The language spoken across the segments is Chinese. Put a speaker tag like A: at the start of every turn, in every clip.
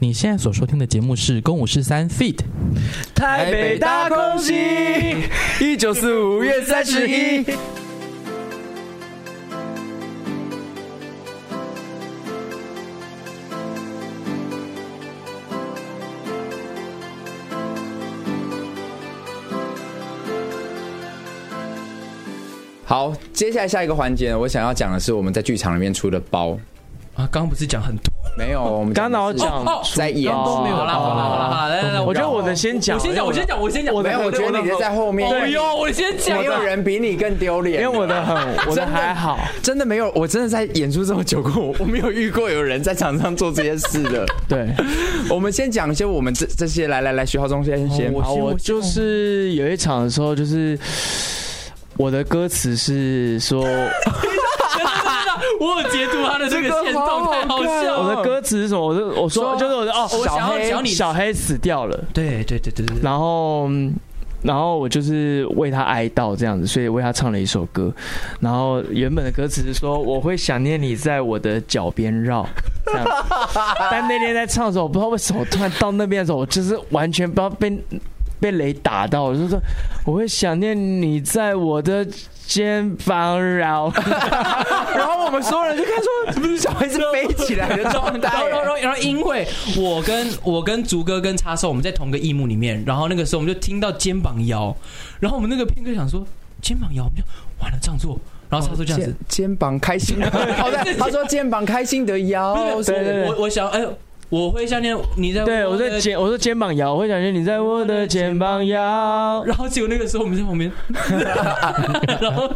A: 你现在所收听的节目是《公五十三 Feet》，
B: 台北大空袭，一九四五月三十一。好，接下来下一个环节，我想要讲的是我们在剧场里面出的包。
C: 啊，刚刚不是讲很多？
B: 没有，我们
D: 刚刚
B: 脑
D: 哪有讲
B: 在演
C: 都没
D: 哦
C: 有。好啦，好啦，好啦，好啦，来来来，
D: 我觉得我的先讲，
C: 我先讲，我先讲，我先讲，
D: 我的
B: 没有，我觉得你是在后面。
C: 哎呦，我先讲，
B: 没有人比你更丢脸，
D: 因为我的很，我的还好，
B: 真的没有，我真的在演出这么久过，我我没有遇过有人在场上做这些事的。
D: 对。
B: 我们先讲一些我们这这些，来来来，徐浩中先先，
D: 好，我就是有一场的时候，就是我的歌词是 说，
C: 我有截图他的这个线动，太好笑
D: 我
C: 了。
D: 的歌词是什么？我的我说就是我的哦，
C: 我想
D: 小
C: 要
D: 黑
C: 讲你
D: 小黑死掉了，
C: 对对对对对，
D: 然后。嗯然后我就是为他哀悼这样子，所以为他唱了一首歌。然后原本的歌词是说我会想念你在我的脚边绕，这样子。但那天在唱的时候，我不知道为什么突然到那边的时候，我就是完全不知道被被雷打到，我就说我会想念你在我的肩膀绕。
B: 然后我们所有人就看说， 不是小孩子 飞起来的状
C: 然后
B: 态
C: 然，后然后然后因为我跟我跟竹哥跟叉兽我们在同个一幕里面，然后那个时候我们就听到肩膀摇，然后我们那个片刻想说肩膀摇，我们就完了这样做，然后叉兽这样子
B: 肩。肩膀开 心的，好的，他说肩膀开心的摇，
C: 不是
B: 什么的
D: 对
C: 我我想哎，我会想念你在
D: 对我
C: 的
D: 在肩，我说肩膀摇，我会想念你在我的肩膀摇。
C: 然后结果那个时候我们 在旁边，然后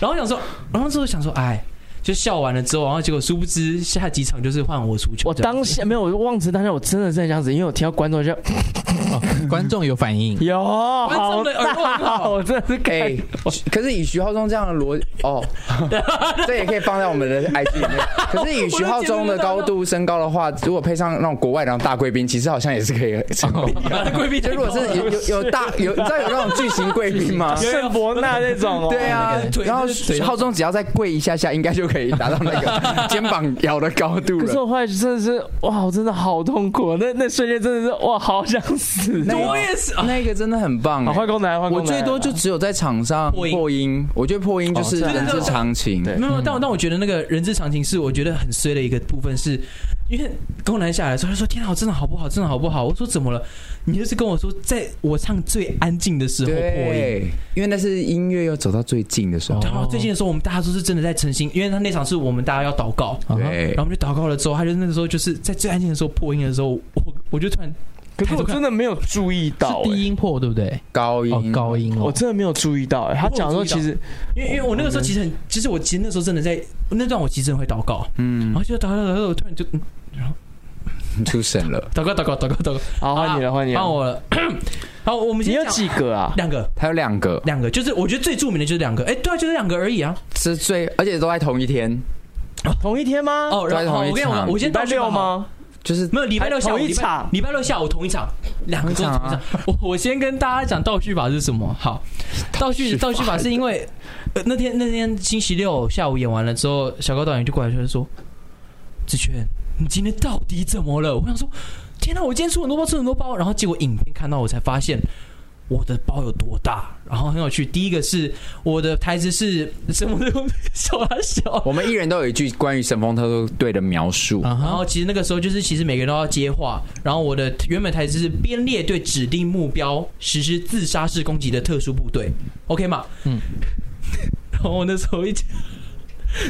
C: 然后想说，然后之后想说，哎，就笑完了之后，然后结果殊不知下几场就是换我出球。
D: 我当
C: 时
D: 下没有，我忘词，当下我真的是很想死，因为我听到观众就。
A: 观众有反应
D: 有好
C: 众的耳朵 很好
D: 我真的是
B: 哎、
D: 给。
B: 可是以徐浩中这样的逻哦，这也可以放在我们的 IG 里面。可是以徐浩中的高度身高的话，如果配上那种国外那种大贵宾，其实好像也是可以成功。
C: 贵宾
B: 就如果是有有有大有，你知道有那种巨型贵宾 吗？
D: 圣伯纳那种哦，
B: 对啊
C: 那个，
B: 然后
C: 腿就是腿
B: 浩中只要再跪一下下，应该就可以达到那个肩膀摇的高度
D: 可是
B: 了。
D: 我后来真的是哇，我真的好痛苦啊，那那瞬间真的是哇，好想死。
B: 那
C: 我也是啊，
B: 那个真的很棒、
D: 好，
B: 欸
D: 换功能，换功
B: 我
D: 能。
B: 最多就只有在场上
C: 破音
B: 破音，我觉得破音就是
D: 哦
B: 人之常情。
D: 对
C: 没有，但我但我觉得那个人之常情是我觉得很衰的一个部分是。因为宫南下来的时候，他说：“天啊，我真的好不好？真的好不好？”我说：“怎么了？”你就是跟我说，在我唱最安静的时候破音。哦
B: 对，哦因为那是音乐要走到最近的时候。
C: 然后最近的时候，我们大家都是真的在诚心，因为他那场是我们大家要祷告，
A: 啊
B: 对
C: 然后我们就祷告了之后，他就那个时候就是在最安静的时候破音的时候，我我就突然
D: 可是我真的没有注意到、
A: 是低
D: 欸，
A: 音破对不对？
B: 高
A: 哦，
B: 音，
A: 高音
D: 我
A: 哦。
D: 真的没有注意到、欸。他讲说其实
C: 因为因为我那个时候其实很，其实我其实那时候真的在那段我其实很会祷告，
B: 嗯
C: 然，后就祷告祷告祷告，我突然就嗯
B: 出神了。
C: 祷告祷告祷告祷告，
D: 好换你了，换你
C: 换
D: 了。
C: 啊我了。好，我们
D: 你
C: 先
D: 有
C: 讲
D: 几个啊？
C: 两个
B: 他有两个，
C: 两个，就是我觉得最著名的就是两个，哎，对啊，就是两个而已啊。
D: 嗯
B: 是最，而且都在同一天，
D: 同一天吗？
C: 哦，
B: 都
C: 然后
B: 在同一
C: 我跟你
B: 场
C: 讲，我
D: 礼
C: 先
D: 拜
C: 倒叙吧
D: 六？吗？
B: 就是
C: 没有，礼拜六下午
D: 同一
C: 礼拜
D: 场
C: 礼拜六下午同一场，两个都是同
B: 同
C: 一
B: 一场
C: 场
B: 啊。
C: 我 我先跟大家讲倒叙法是什么。好，倒叙倒叙法是因为、呃那天那天星期六下午演完了之后，小高导演就过来就说：“志轩，你今天到底怎么了？”我想说：“天哪、我今天出很多包，出很多包。”然后结果影片看到我才发现。我的包有多大？然后很有趣。第一个是我的台词是什么 都小啊小，
B: 我们一人都有一句关于神风特攻队的描述。
A: 啊
C: 然
A: 哈，
C: 后其实那个时候就是，其实每个人都要接话。然后我的原本台词是编列对指定目标实施自杀式攻击的特殊部队，OK 吗？
A: 嗯。
C: 然后我那时候一讲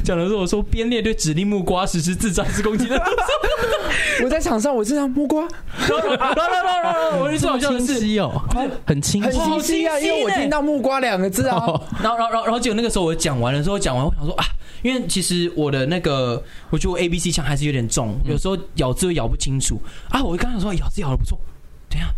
C: 讲的时候，我说编列对指定木瓜实施自杀式攻击 的特 殊
B: 我在场上，我正常摸瓜，
C: 部队，然后然后然后然后然后我就最好笑的
A: 清
C: 是。
A: 晰哦，很清
B: 很
A: 晰。
B: 清晰啊，
C: 好清晰
B: 因为我
C: 呢哦
B: 听到木瓜两个字啊。
C: 然后，然后，然后，然后，结果那个时候我讲完了之后，讲完我想说啊，因为其实我的那个，我觉得我 A B C 腔还是有点重，有时候咬字又咬不清楚啊。我刚想说咬字咬的不错，等一下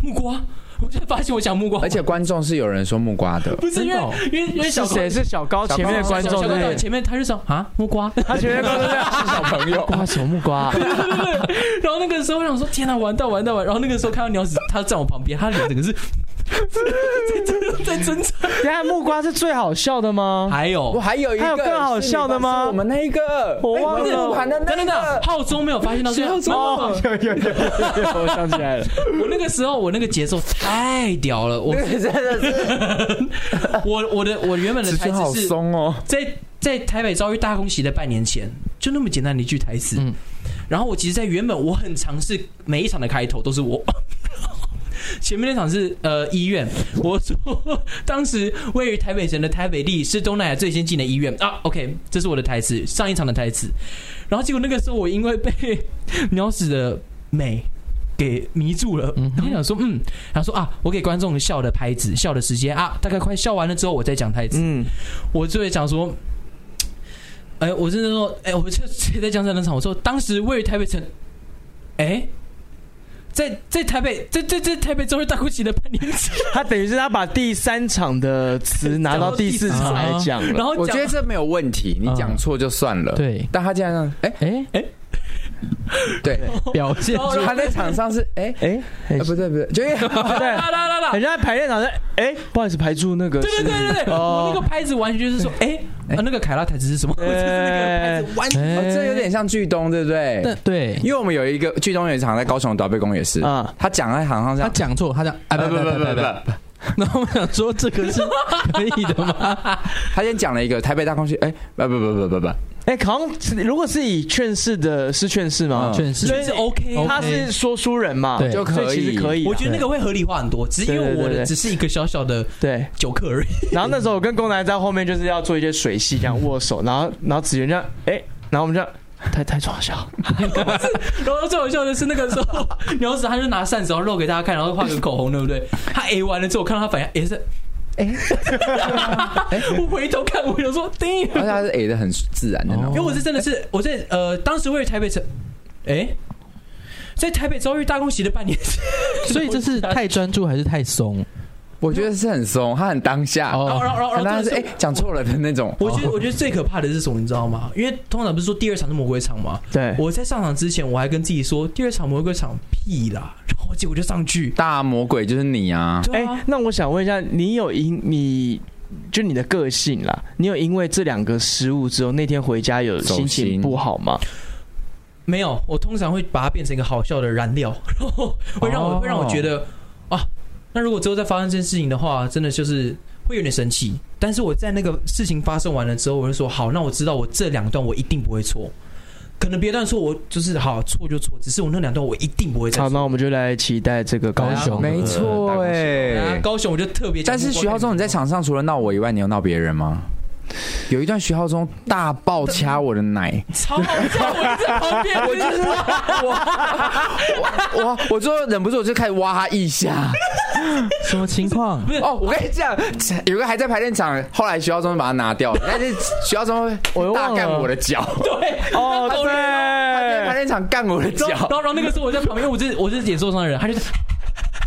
C: 木瓜，我才发现我讲木瓜，
B: 而且观众是有人说木瓜的，
C: 不是因为、
A: 真的哦
C: 因为因为小
D: 是
C: 高
D: 谁？是小高前面的观众
C: 小高
D: 对
C: 到
D: 不对？
C: 前面他就说啊木瓜，
D: 他前面观 众在
B: 是小朋友。
D: 哇，小木瓜啊，
C: 然后那个时候我想说天哪、完蛋完蛋完，然后那个时候看到鸟屎，他站我旁边，他脸整个是在挣扎。
D: 等一下木瓜是最好笑的 吗？
C: 还有
B: 我，还有一个
D: 还有更好笑的吗
B: 是你发是我们那一个，
D: 我忘了
B: 哎们复盘的
C: 等
B: 那
C: 等
B: 个
C: 等，，浩中没有发现到最后，
D: 哦，有有有有有，我想起来 了，
C: 我那个时候我那个节奏太屌了，我
B: 那个真的是
C: 我我的我原本的
B: 子
C: 台
B: 轩啊好
C: 词是
B: 松哦，
C: 在在台北遭遇大空袭的半年前，就那么简单的一句台词。
A: 嗯
C: 然后我其实，在原本我很尝试每一场的开头都是我。 前面那场是呃医院，我说当时位于台北省的台北地是东南亚最先进的医院啊。OK，这是我的台词，上一场的台词。然后结果那个时候我因为被 鸟屎的美给迷住了，
A: 嗯哼
C: 然后想说嗯，然后说啊，我给观众笑的拍子，笑的时间啊，大概快笑完了之后我再讲台词。
D: 嗯，
C: 我就会讲说，哎、我真的说，哎、我就直接在江山冷场，我说当时位于台北城，哎、在在台北，在在在台北周日大哭起的半年前，
D: 他等于是他把第三场的词拿到第四场来讲了，
C: 然后
B: 我
C: 讲
B: 觉得这没有问题，你讲错就算了，，
A: 对，
B: 但他竟然哎
A: 哎，
B: 对，
A: 表现
C: 然后
B: 他在场 上是哎
D: 哎，
B: 哎
D: 很
C: 呃
B: 不对不对，就因为
D: 对，
C: 啦啦啦啦
D: 很，像在排练场的，哎，不好意思，排住那个，
C: 对对对对对，我
D: 哦
C: 那个拍子完全就是说，哎、啊那个凯拉台词是什么？就是那个拍子完全。
B: 哦
A: 哎
B: 这有点像剧东，对不对？
A: 那对，
B: 因为我们有一个剧东有一场在高雄的岛背公也是
D: 啊
B: 他讲在场上这
A: 他
B: 样，
A: 讲错，他讲啊，不不不不不，
B: 哎不，
A: 然后我想说这个是可以的吗？
B: 他先讲了一个台北大空袭，哎，不不不不不不，
D: 哎，好像是如果是以劝世的，是劝世吗？
B: 嗯
A: 确实
D: 所以
C: 是 OK，
A: OK
D: 他是说书人嘛，
A: 对
B: 就可以
D: 所其实可以啊，
C: 我觉得那个会合理化很多，只是因为我
D: 对对对
C: 的
D: 对
C: 只是一个小小的
D: 对。
C: 酒客而已。
D: 然后那时候我跟公男在后面就是要做一些水戏，这样握手，然后然后子源这样，哎，然后我们这样。太太装笑，
C: 然后最好笑的是那个时候， 鸟屎他就拿扇子然后露给大家看，然后画个口红，对不对？他 A 完了之后，我看到他反应也是， 哎、我回头看，我有说，叮，
B: 而且他是 A 的很自然的那
A: 哦
C: 因为
B: 种，
C: 我是真的是我在呃，当时为了台北城，哎、在台北遭遇大空袭的半年，
A: 所以这是太专注还是太松？
B: 我觉得是很松，他很当下，
A: 哦
C: 然后然后然后
B: 很
C: 然后
B: 当
C: 真
B: 下
C: 的
B: 是哎讲错了的那种，
C: 我觉得我觉得最可怕的是什么，你知道吗？因为通常不是说第二场是魔鬼场吗？
D: 对，
C: 我在上场之前，我还跟自己说第二场魔鬼场屁啦，然后结果就上去，
B: 大魔鬼就是你啊，
C: 对
D: 哎、
C: 啊，
D: 那我想问一下，你有因你就你的个性啦，你有因为这两个失误之后，那天回家有
B: 走
D: 心情
B: 心
D: 不好吗？
C: 没有，我通常会把它变成一个好笑的燃料，然后会让我、
B: 哦
C: 会让我觉得啊，那如果之后再发生这件事情的话，真的就是会有点生气。但是我在那个事情发生完了之后，我就说好，那我知道我这两段我一定不会错，可能别段错我就是好错就错，只是我那两段我一定不会再
D: 好，
C: 错。
D: 那我们就来期待这个高
A: 哦
D: 雄的
B: 没错
C: 啊
B: 哎，
C: 高雄我就特别讲，
B: 但是徐浩中你在场上除了闹我以外，你有闹别人吗？有一段徐浩中大爆掐我的奶，
C: 超好笑，我就在旁边，我就是
B: 我我最后忍不住我就开始挖他腋下。
A: 什么情况？
B: 哦，我跟你讲， 有个还在排练场，后来徐浩中把他拿掉了，但是徐浩中
D: 我又忘
B: 大
D: 了
B: 干我的 脚，
C: 对
D: 哦，
C: 他走了
B: 他在排
D: 对
B: 练场干我的脚
C: 然后，然后然后那个时候我在旁边，我是我是演受伤的人，他就是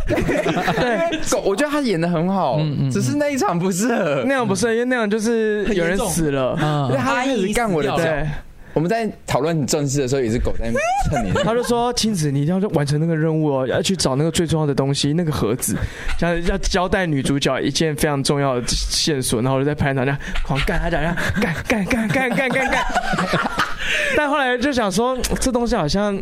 B: 对， 狗我觉得他演的很好
A: 嗯嗯，嗯
B: 只是那一场不适合
D: 那。样不是，因为那样就是有人死了，
A: 啊
B: 因为，嗯他开始干我的
C: 阿姨死掉
B: 脚，
D: 对，
B: 我们在讨论正事的时候，也是狗在蹭你。
D: 他就说：“亲子，你一定要去完成那个任务哦，要去找那个最重要的东西，那个盒子，要要交代女主角一件非常重要的线索。”然后我就在排练场上狂干，他讲样干干干干干干 干。但后来就想说，这东西好像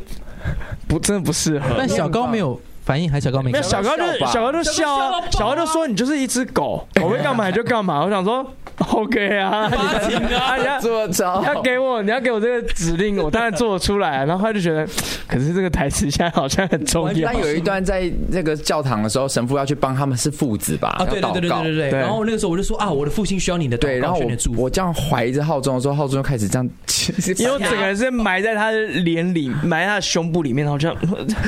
D: 不真的不适合。
A: 但小高没有反应，还小高没
D: 没
A: 看到
D: 有小高就
B: 小高笑吧
D: 小高就笑啊
C: 小高笑到爆啊，
D: 小高就说你就是一只狗，我会干嘛你就干嘛。我想说 OK 啊，
C: 发情
D: 啊
C: 啊
D: 你，要
B: 这么
D: 你要
B: 着，
D: 给我，你要给我这个指令，我当然做得出来。啊然后他就觉得， 可是这个台词现在好像很重要
B: 但。有一段在那个教堂的时候，神父要去帮他们是父子吧？
C: 啊，对
B: 要
C: 对
B: 祷
C: 对对
B: 告
C: 对对对。
D: 对
C: 然后那个时候我就说啊，我的父亲需要你的
B: 对，然
C: 祷告，
B: 后
C: 需要你的祝
B: 我
C: 福。
B: 我这样怀着浩中的时候，浩中就开始这样，
D: 因为我整个人是埋在他的脸里，埋在他的胸部里面，然后这样，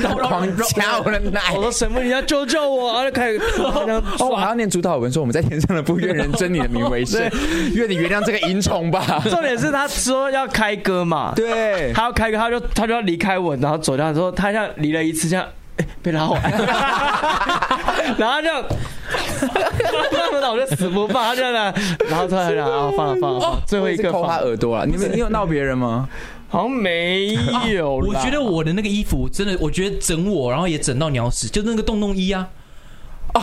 C: 然后然后
B: 狂掐我的奶
D: 我。说神父，你要救救我，然后就开 始这样
B: 哦，我还
D: 抓。
B: 要念主导文说我们在天上的父，愿人尊你的名为圣， 愿你原谅这个淫虫吧。
D: 重点是他说要开歌嘛，
B: 对，
D: 他要开歌，他就他就要离开我，然后走掉之后，他像 离了一次这样。哎被拉完，然后就， 然后我就死不放，他就这样，然后突 然然后放了放了
B: 哦
D: 放了，最后一个
B: 抠他
D: 放，
B: 耳朵了。啊你们你有闹别人吗？
D: 好像没 有啦。
C: 我觉得我的那个衣服真的，我觉得整我，然后也整到鸟屎，就那个洞洞衣啊。不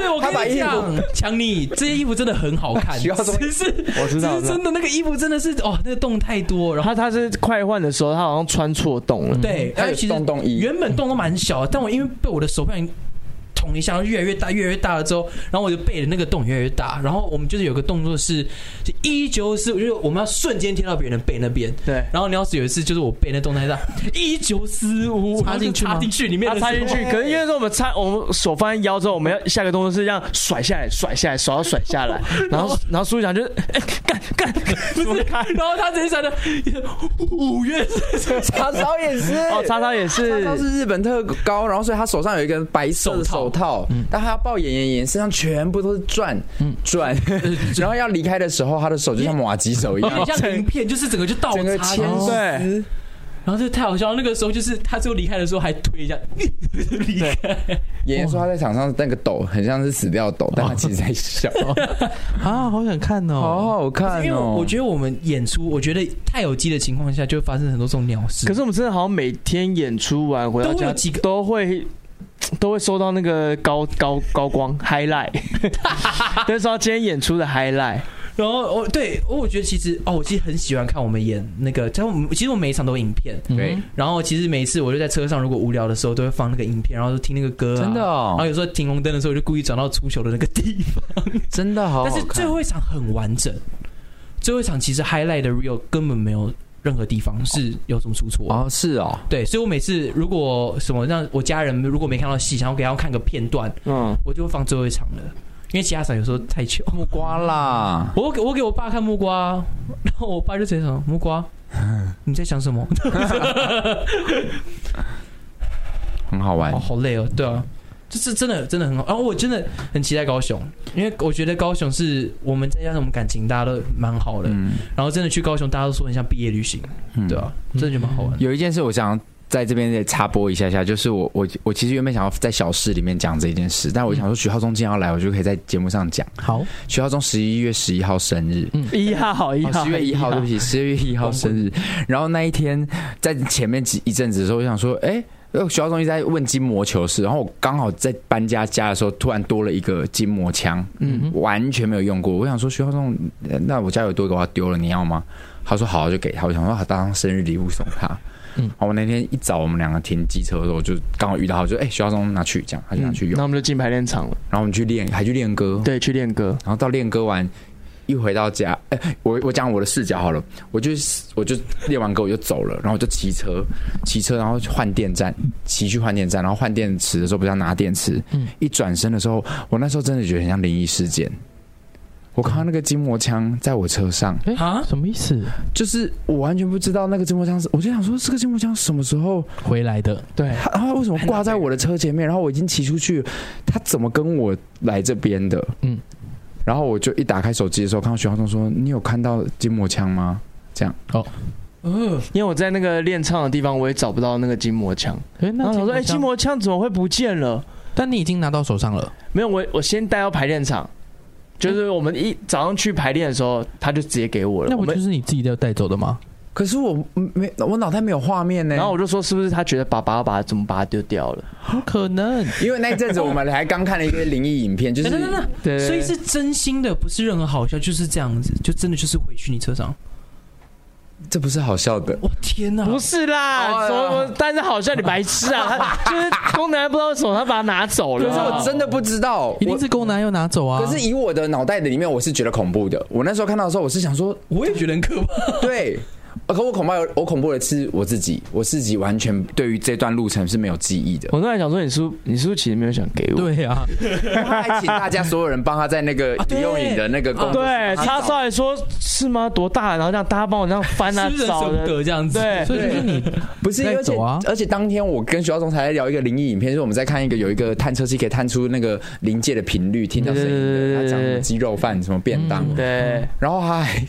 C: 是，我
B: 他把
C: 跟你
B: 衣服
C: 讲，强尼，这些衣服真的很好看，
B: 需要这么
C: 只是
D: 我知
C: 只
D: 道
C: 是
D: 我知道
C: 真的那个衣服真的是哦，那个洞太多，然后
D: 他他是快换的时候，他好像穿错洞了。
C: 对，
B: 嗯还
C: 然
B: 有
C: 后其实
B: 洞洞衣，
C: 原本洞都蛮小的，但我因为被我的手不小心捅一下，然后越来越大，越来越大了之后，然后我就背的那个洞越来越大，然后我们就是有个动作是，是一九四，就是我们要瞬间贴到别人的背那边。
D: 对，
C: 然后你要是有一次，就是我背那洞太大，一九四五
A: 插进去吗
C: 插进去里面
D: 他
C: 的
D: 插
C: 时
D: 进
C: 候
D: 去，可是因为说我们插，我们手放在腰之后，我们要下个动作是这样甩下来，甩下来，手要甩下来，然后然后苏翔就是哎干干，不是
C: 然后他直接想的五月
B: 叉烧也是，
D: 哦，叉叉也
B: 叉
D: 是
B: 烧是日本特高，然后所以他手上有一根白色的手
C: 手
B: 套，
D: 嗯
B: 但他要抱妍妍妍，身上全部都是钻 钻，然后要离开的时候，他的手就像马吉手一
C: 有
B: 样
C: 点，像鳞片，就是整个就倒
B: 整个
C: 插
B: 牵
C: 进去，
D: 哦对
B: 丝。
C: 然后就太好笑了。那个时候就是他最后离开的时候还推一下离开，
B: 妍妍说她在场上那个抖很像是死掉的抖，但她其实在笑，
A: 啊，好想看
B: 好
A: 哦。
B: 好看
C: 因为
B: 哦。
C: 我觉得我们演出，我觉得太有机的情况下，就会发生很多这种鸟事。
D: 可是我们真的好像每天演出完回到
C: 都会
D: 家
C: 有几个
D: 都会都会收到那个高高高光 highlight，都会收到今天演出的 highlight。
C: 然后哦，对，哦我觉得其实哦，我其实很喜欢看我们演那个，像我们其实我们每一场都有影片，
A: 嗯
B: 对，
C: 然后其实每一次我就在车上，如果无聊的时候，都会放那个影片，然后就听那个歌、啊，
B: 真的
C: 然后
B: 哦，
C: 有时候停红灯的时候，我就故意转到出球的那个地方。
B: 真的好好
C: 但
B: 看。
C: 是最后一场很完整，最后一场其实 highlight 的 real 根本没有任何地方是有什么出错。
B: 哦是哦，
C: 对，所以我每次如果什么让我家人如果没看到戏，想要给他们看个片段，
D: 嗯，
C: 我就会放最后一场了，因为其他场有时候太糗。
B: 木瓜啦，
C: 我给我给我爸看木瓜，然后我爸就直接说：“木瓜，你在想什么？
B: 很好玩
C: 哦，。好累哦。”对啊，就是真的真的很好。然、后我真的很期待高雄，因为我觉得高雄是我们再加上我们感情大家都蛮好的，
B: 嗯，
C: 然后真的去高雄，大家都说很像毕业旅行，
B: 嗯
C: 对啊，真的就蛮好玩的。
B: 有一件事我想在这边也插播一下下，就是我我我其实原本想要在小事里面讲这件事，但我想说徐浩中既然要来，我就可以在节目上讲。
A: 好，嗯
B: 徐浩中十一月十一号生日。哦
D: 一号一号
B: 十月一号，对不起，十月一号生日。然后那一天，在前面几一阵子的时候，我想说，哎、呃徐浩中一直在问筋膜球事，然后我刚好在搬家家的时候，突然多了一个筋膜枪，嗯，完全没有用过。我想说，徐浩中，呃那我家有多一个，我要丢了，你要吗？他说好，啊我就给他。我想说，好当生日礼物送他。嗯，然后我那天一早，我们两个停机车的时候，我就刚好遇到他，我就哎、徐浩中拿去，这样他就拿去用。
D: 嗯那我们就进排练场了，
B: 然后我们去练，还去练歌，
D: 对，去练歌。
B: 然后到练歌完，一回到家，哎、我我讲我的视角好了，我就我就练完歌我就走了，然后我就骑车，骑车然后去换电站，骑去换电站，然后换电池的时候不是要拿电池，一转身的时候，我那时候真的觉得很像灵异事件。我看到那个筋膜枪在我车上，
C: 啊，
A: 什么意思？
B: 就是我完全不知道那个筋膜枪是，我就想说这个筋膜枪什么时候
A: 回来的，
D: 对，
B: 他他为什么挂在我的车前面？然后我已经骑出去，他怎么跟我来这边的？嗯
A: 嗯，
B: 然后我就一打开手机的时候，看到徐浩东说：“你有看到筋膜枪吗？”这样，
C: 嗯，
D: 因为我在那个练唱的地方，我也找不到那个筋膜枪。
A: 哎，
D: 然
A: 那
D: 后我说：“哎，筋
A: 筋膜枪，
D: 膜枪怎么会不见了？”
A: 但你已经拿到手上了，
D: 没有，我我先带到排练场，就是我们一早上去排练的时候，他就直接给我了。
A: 那
D: 我
A: 不就
D: 们
A: 是你自己要带走的吗？
B: 可是我没，我脑袋没有画面呢。
D: 然后我就说，是不是他觉得爸爸把怎么把它丢掉了？
A: 不可能，
B: 因为那一阵子我们还刚看了一个灵异影片，就
C: 等
B: 是
C: 等等等，
D: 对
B: 呃
C: 所以是真心的，不是任何好笑，就是这样子，就真的就是回去你车上。
B: 这不是好笑的。
C: 我天哪！
D: 不是啦？
B: 哦
D: 什么？但是好像你白痴啊！他就是工男不知道为什么他把它拿走
B: 可
D: 了。
B: 是我真的不知道，
A: 一
B: 我
A: 定是公男要拿走啊。
B: 可是以我的脑袋的里面，我是觉得恐怖的。我那时候看到的时候，我是想说，
C: 我也觉得很可怕。
B: 对，呃可我恐怕有我恐怖的是我自己，我自己完全对于这段路程是没有记忆的。
D: 我突然想说，你是不是你是不是其实没有想给我？
A: 对啊，
B: 他还请大家所有人帮他在那个
C: 对
B: 李用颖的那个工作室
D: 对，
B: 帮啊他
D: 他
B: 找
D: 上来说是吗？多大？然后这样大家帮我这样翻啊
C: 是不是很
D: 找
C: 舍不
D: 的。
C: 得这样子？
D: 对
A: 所以就是你
B: 不是，
A: 在
B: 而且
A: 走啊
B: 而且当天我跟徐耀宗才在聊一个灵异影片，就是我们在看一个有一个探测器可以探出那个临界的频率，听到声音
D: 对对对
B: 的，
D: 对
B: 他讲什么
D: 对
B: 鸡肉饭什么便当，
D: 对，
B: 然后他还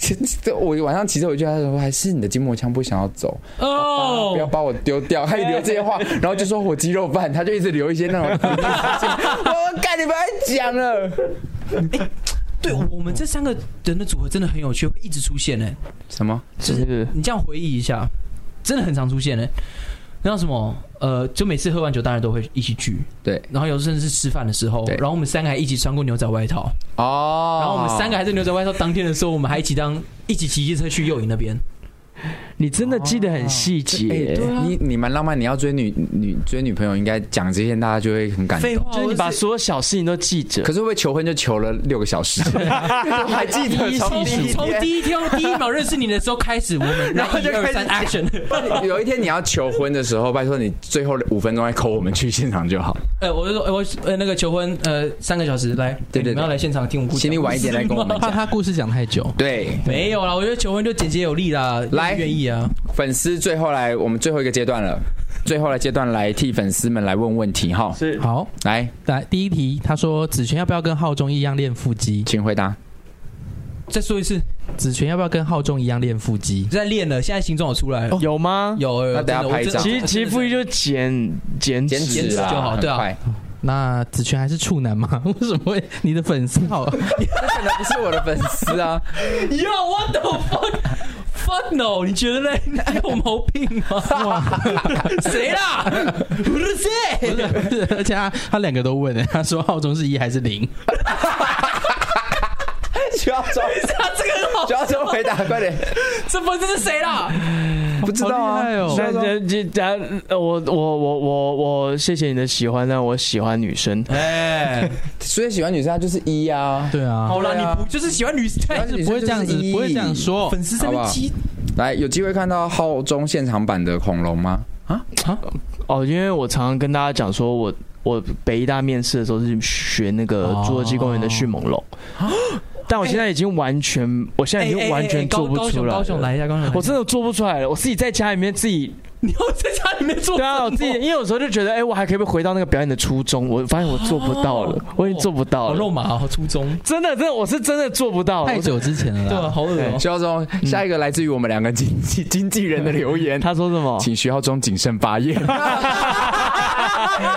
B: 我晚上骑车回去，他说还是你的筋膜枪不想要走，
C: 哦，
B: 不要把我丢 掉，他一留这些话，然后就说我鸡肉饭，他就一直留一些那种灵异事件，我干你不要讲了，
C: 对我们这三个人的组合真的很有趣，会一直出现呢、欸
B: 什么？
D: 就是
C: 你这样回忆一下，真的很常出现呢、欸那叫什么？呃，就每次喝完酒，当然都会一起聚。
B: 对，
C: 然后有时候甚至是吃饭的时候，
B: 对
C: 然后我们三个还一起穿过牛仔外套。
B: 哦，
C: 然后我们三个还在牛仔外套当天的时候，我们还一起当一起骑机车去右营那边。
D: 你真的记得很细
B: 哎、
D: 节
B: 对，
C: 啊
B: 你你蛮浪漫，你要追女女追女朋友，应该讲这些，大家就会很感动。
C: 废话，
D: 就是
C: 我
D: 你把所有小事情都记着
B: 可。是会不会求婚就求了六个小时？ 我 还记得从第一
C: 从
B: 天，
C: 第一天 第一秒认识你的时候开始，我们
B: 然后
C: 一
B: 就
C: 二
B: 开始
C: 三 action。
B: 有一天你要求婚的时候，拜托你最后五分钟来扣我们去现场就好，
C: 呃，我就说，呃我呃那个求婚，呃，三个小时来，
B: 对对对
C: 你们要来现场听我故事。
B: 请你晚一点来跟我们
A: 怕
B: 讲。
A: 他故事讲太久。
B: 对，
C: 没有啦，我觉得求婚就简洁有力啦，
B: 来
C: 愿意啊。
B: 粉丝最后来，我们最后一个阶段了，最后的阶段来替粉丝们来问问题哈。
D: 是
A: 好，
B: 来，
A: 来第一题，他说子璇要不要跟浩中一样练腹肌？
B: 请回答。
C: 再说一次，
A: 子璇要不要跟浩中一样练腹肌？
C: 在练了，现在形状有出来了，
D: 有吗？
C: 有有有
B: 哦那
C: 真
B: 等下
C: 的，我
B: 拍
C: 真的
B: 照
D: 其实其实傅玉就减减
B: 减
D: 脂
C: 减
B: 脂
C: 脂
B: 啦，
C: 就好对啊
B: 很快
A: 那子璇还是处男吗？ 为什么会你的粉丝好？
B: 这可能不是我的粉丝 啊。
C: Yo what the fuck fuck no？你觉得嘞？你有毛病 吗？谁啦？不是
A: 不
C: 谁？
A: 是不是 而且他他两个都问了，欸他说浩中是一还是零？
B: 需要装，
C: 他这个很好
B: 需，要装回答，快点。
C: 这不这是谁啦？
B: 不知道
A: 好
B: 啊
A: 厉害，哦
D: 那这这这，呃我我我我我谢谢你的喜欢，但我喜欢女生。
C: 哎，
B: 所以喜欢女生她就是一啊。
A: 对啊，
C: 好
B: 对啊
C: 啦，你不就是喜欢女生？
B: 喜欢女
A: 不
B: 生
A: 会
B: 就
A: 这样
B: 是
A: 子，
B: 一
A: 不会这样说。
C: 粉丝在那边激
B: 来，有机会看到浩中现场版的恐龙吗？
D: 哦，因为我常常跟大家讲说我。我北医大面试的时候是学那个
A: 哦
D: 侏罗纪公园的迅猛龙，但我现在已经完全，我现在已
C: 哎
D: 经完全做不出来
C: 高雄
D: 了。
C: 来一下，高雄来一下，
D: 我真的做不出来了，我自己在家里面自己，
C: 你要在家里面 做
D: 对啊，我自己，因为有时候就觉得，哎，我还可以不可以回到那个表演的初衷？我发现我做不到了
C: 哦，
D: 我已经做不到
C: 好肉
D: 了，
C: 麻，啊好初中，
D: 真的，真的，我是真的做不到了。
A: 太久之前了
C: 对
A: 啦
C: 啊，，好恶哦。
B: 徐浩中，下一个来自于我们两个经纪经纪人的留言，
D: 他说什么？
B: 请徐浩中谨慎发言。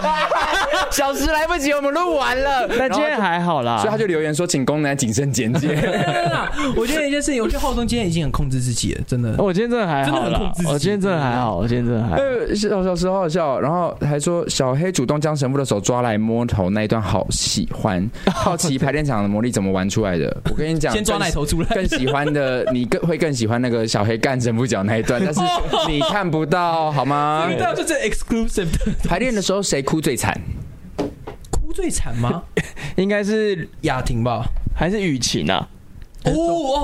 B: 小时来不及，我们录完 了。
D: 但今天还好啦
B: 所以，他就留言说，请公男谨慎简 介。
D: 哎
C: 真的啦，我觉得一件事情，我觉得浩东今天已经很控制自己了，真的。
D: 我今天真的还好
C: 真的很
D: 啦
C: 控制自，己
D: 我今天真的还好，我今天真的还好。
B: 呃，小小时候好笑，然后还说小黑主动将神父的手抓来摸头那一段好喜欢， 好奇排练场的魔力怎么玩出来的。我跟你讲，
C: 先抓奶头出来，
B: 更喜欢的，你更会更喜欢那个小黑干神父角那一 段，但是你看不到好吗
D: 哎
C: 因为？这就是 exclusive 的
B: 排练的时候谁哭最惨？
C: 哭最惨 吗？
D: 应该是
C: 雅婷吧？
D: 还是雨晴啊，
C: 哦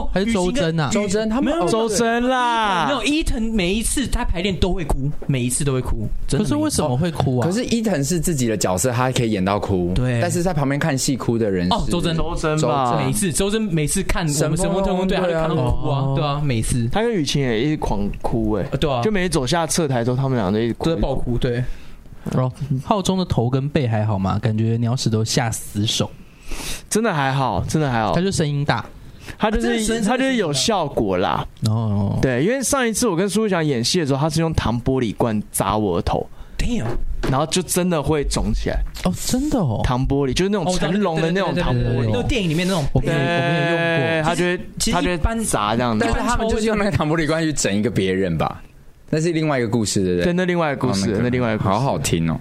C: 哦，
A: 还是周
C: 雨欣跟
A: 真啊？
B: 周真他们
C: 没有
D: 周深
C: 哦没
D: 啦
C: 有，伊藤每一次他排练都会哭，每一次都会哭，真
A: 可
C: 的。
A: 是为什么会哭啊？
B: 可是伊藤是自己的角色，他可以演到哭，
C: 对
B: 但是在旁边看戏哭的人是
C: 哦周真
D: 周深
B: 周
D: 吧
B: 深
C: 每一次周深每次看我
B: 神
C: 们
B: 风
C: 神风特工队，他就
B: 对啊
C: 看到哭
A: 哦
C: 啊，对啊，每次
D: 他跟雨晴也一直狂哭哎、
C: 啊对啊，
D: 就每次走下侧台之后，他们俩就一直哭
C: 都在。爆哭，对。
A: 哦，浩中的头跟背还好吗？感觉鸟屎都下死手，
D: 真的还好，真的还好
A: 他，就声音大。
D: 他就
C: 真的
D: 是
C: 深
D: 他就是有
C: 啊
D: 效果啦。
A: 哦，
D: 对，因为上一次我跟苏翔演戏的时候，他是用糖玻璃罐砸我的头，
C: Damn，哦
D: 然后就真的会肿起来，
A: 哦，真的哦，
D: 糖玻璃就是那
C: 哦
D: 种
C: 我知道
D: 成龙的那种哦哎
C: 对对对对
D: 糖
C: 对对
D: 玻
C: 对
D: 璃
C: 那，种电影里面那种哦
A: 我没有，我没有用
D: 对，
A: 过。
D: 他就会
C: 其实
D: 他就
C: 一
D: 会
C: 般
D: 砸这样子
B: 但。是他们就是用那个唐伯里关去整一个别人吧，那是另外一个故事，对不对？
D: 对，那另外一个故
B: 哦
D: 事，那另外一个故事
B: 好好听哦。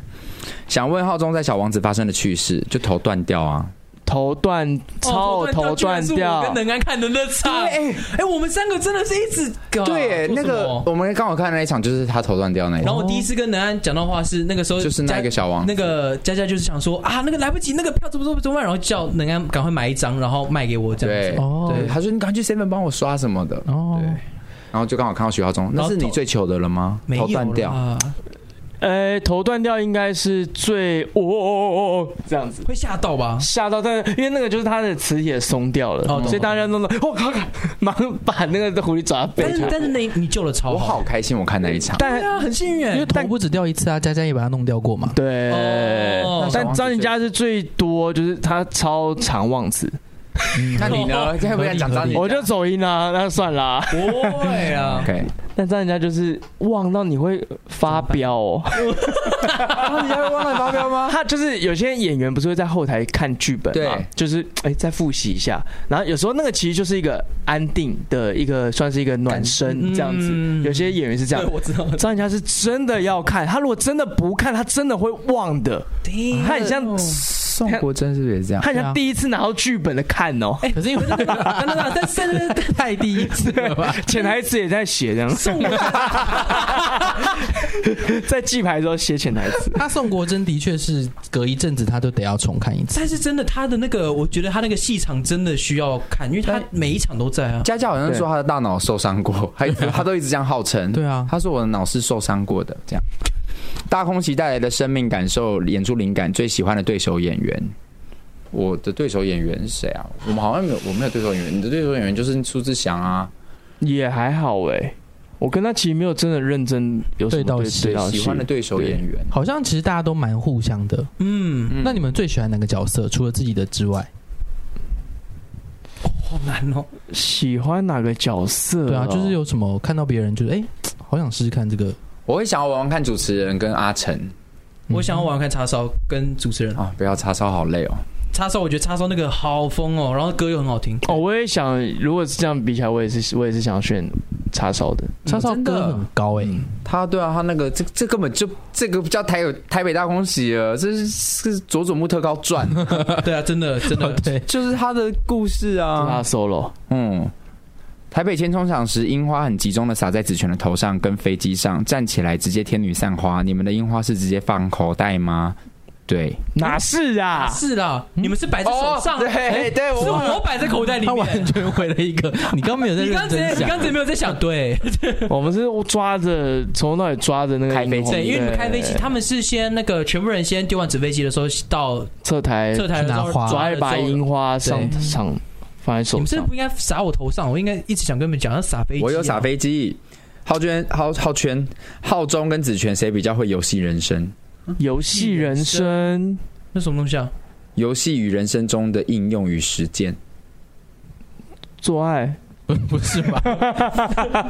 B: 想问浩中在小王子发生的趣事，就头断掉啊？
D: 头断，超头断
C: 居然是我
D: 掉
C: 跟，能安看的那哎场，
B: 对
C: 哎，我们三个真的是一直
B: 对，
C: 啊
B: 那个我们刚好看的那一场就是他头断掉那一场
C: 然后我第一次跟能安讲到话是那个时候
B: 就是那
C: 佳
B: 个小王
C: 那个佳佳就是想说啊，那个来不及，那个票怎么怎么怎么办，然后叫能安赶快买一张，然后卖给我这样
B: 对，
C: 子。
A: 哦
B: 对，他说你赶快去 seven 帮我刷什么的，
A: 哦
B: 对，然后就刚好看到徐浩中，那是你最糗的了吗？
C: 没有
B: 头断掉，
C: 啦
D: 呃，头断掉应该是最哦哦哦哦这样子
C: 会吓到吧？
D: 吓到，但因为那个就是他的磁铁松掉了，
C: 哦懂
D: 所以大家都说哦，好看，马上把那个狐狸爪背
C: 但
D: 起
C: 是
D: 来。
C: 但是那你救了超
B: 我好开心，我看那一场，
C: 对
D: 但
C: 啊，很幸运
A: 因为
C: 哎。
A: 头
D: 但
A: 不止掉一次啊，佳佳也把它弄掉过 嘛。
D: 对
C: 哦，
D: 但张林佳是最多，就是他超常忘词，
B: 那你 呢？现在不想讲张
A: 合理
B: 你，
D: 我就走音啦、那算啦。
C: 不会啊，
B: OK，
D: 但这样人家就是忘到你会发飙 哦。
B: 啊你还忘了发飙吗？
D: 他就是有些演员不是会在后台看剧本嘛
B: 对，
D: 就是哎、再复习一下。然后有时候那个其实就是一个安定的一个，算是一个暖身这样子。
C: 嗯
D: 有些演员是这样
C: 对，，我知道。
D: 张人家是真的要看，他如果真的不看，他真的会忘的。他很像
B: 哦宋国珍是不是也这样？
D: 他
A: 啊
D: 像第一次拿到剧本的看哦、
C: 哎
A: 可是因为那个，那那那真的太第一次了吧？
D: 潜台词也在写 这样，
A: 宋国
D: 在记牌的时候写潜台词。
A: 他宋国珍的确是隔一阵子他都得要重看一次。
C: 但是真的，他的那个，我觉得他那个戏场真的需要看，因为他每一场都在啊。
B: 佳佳好像说她的大脑受伤过，还她都一直这样号称。
A: 对啊
B: 她说我的脑是受伤过的，这样。大空袭带来的生命感受、演出灵感，最喜欢的对手演员。我的对手演员是谁啊？我们好像没有，我没有对手演员。你的对手演员就是苏志祥啊，
D: 也还好哎、我跟他其实没有真的认真有什么
A: 对到
D: 对
A: 戏
D: 对到
B: 喜欢的对手演员。
A: 好像其实大家都蛮互相的。
C: 嗯，
B: 嗯
A: 那你们最喜欢哪个角色？除了自己的之外，
C: 好难哦。
D: 喜欢哪个角色哦、
A: 对啊，就是有什么看到别人就是哎、好想试试看这个。
B: 我会想要玩玩看主持人跟阿成
C: 我想要玩玩看叉烧跟主持人
B: 啊，不要叉烧好累哦。
C: 叉烧，我觉得叉烧那个好疯哦，然后歌又很好听。
D: 哦，我也想，如果是这样比起来，我也是我也是想选叉烧的。
A: 叉烧
B: 真的
A: 歌很高哎、，
B: 他对啊，他那个这这根本就这个不叫台台北大空袭了，这是是佐佐木特高传，
C: 对啊，真的真的
A: 对，
B: 就是他的故事
D: 是
B: 啊
D: 他。solo，
B: 嗯，台北千冲场时，樱花很集中的洒在子权的头上跟飞机上，站起来直接天女散花。你们的樱花是直接放口袋吗？对，
D: 哪 是啊？
C: 是啦，你们是摆在哎手上，
B: 哦对对，
C: 是
B: 我
C: 我摆在口袋里
A: 他完
C: 面。
A: 全回了一个，你刚没有在
C: 你
A: 认
C: 刚才
A: 真
C: 你
A: 想
C: 刚。才没有在想，对
D: 我们是抓着从头到尾抓着那个
B: 开飞机
D: 荧
C: 对，
D: 幕
C: 因为你们开飞机，他们是先那个全部人先丢完纸飞机的时候到
D: 侧台
C: 侧台的时候
A: 去拿花
D: 抓一把樱花上
A: 对
D: 上放在
C: 你
D: 手
C: 们是不
D: 上
C: 是。不应该撒我头上，我应该一直想跟你们讲要撒飞机啊。
B: 我有撒飞机。浩娟、浩浩圈、浩中跟子权谁比较会游戏人生？
D: 游戏人生
C: 那什么东西啊？
B: 游戏与人生中的应用与实践。
D: 做爱，
A: 不是吧？
C: 哇，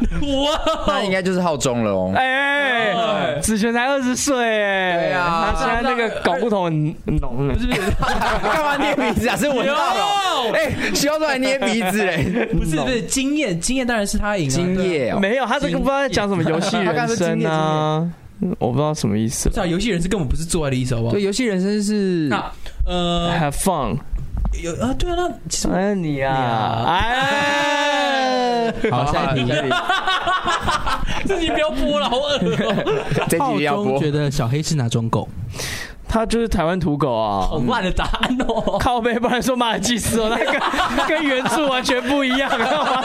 B: 那应该就是浩中了哦。
D: 哎，
C: 哎
D: 子璇才二十岁哎，
B: 对啊
D: 他现在那个搞不同很浓哎
C: 不。是不是
B: 干嘛捏鼻子啊？是我大佬。
C: 哦，
B: 哎、徐教授还捏鼻子嘞，
C: 不是不是经验，经验当然是他赢啊。
B: 今
C: 对啊
B: 夜哦、
D: 没有，他这个不知道在讲什么游戏
B: 他
D: 人
B: 刚才说经
D: 生
B: 验
D: 啊，我不知道什么意思
C: 不。是啊，游戏人是根本不是做爱的意思，好不好
B: 对，？游戏人生是
C: 那呃，
D: Have fun，
C: 有啊，对啊，那其实
D: 哎你啊
A: 啊，
D: 哎，
A: 好，下一题。
C: 自己不要播了，好恶哦，
B: 这
A: 浩
B: 集要
A: 中
B: 播
A: 觉。得小黑是哪种狗？
D: 他就是台湾土狗啊，
C: 好烂的答案 哦。
D: 靠背，不然说马尔济斯哦，那跟跟原著完全不一样，知道吗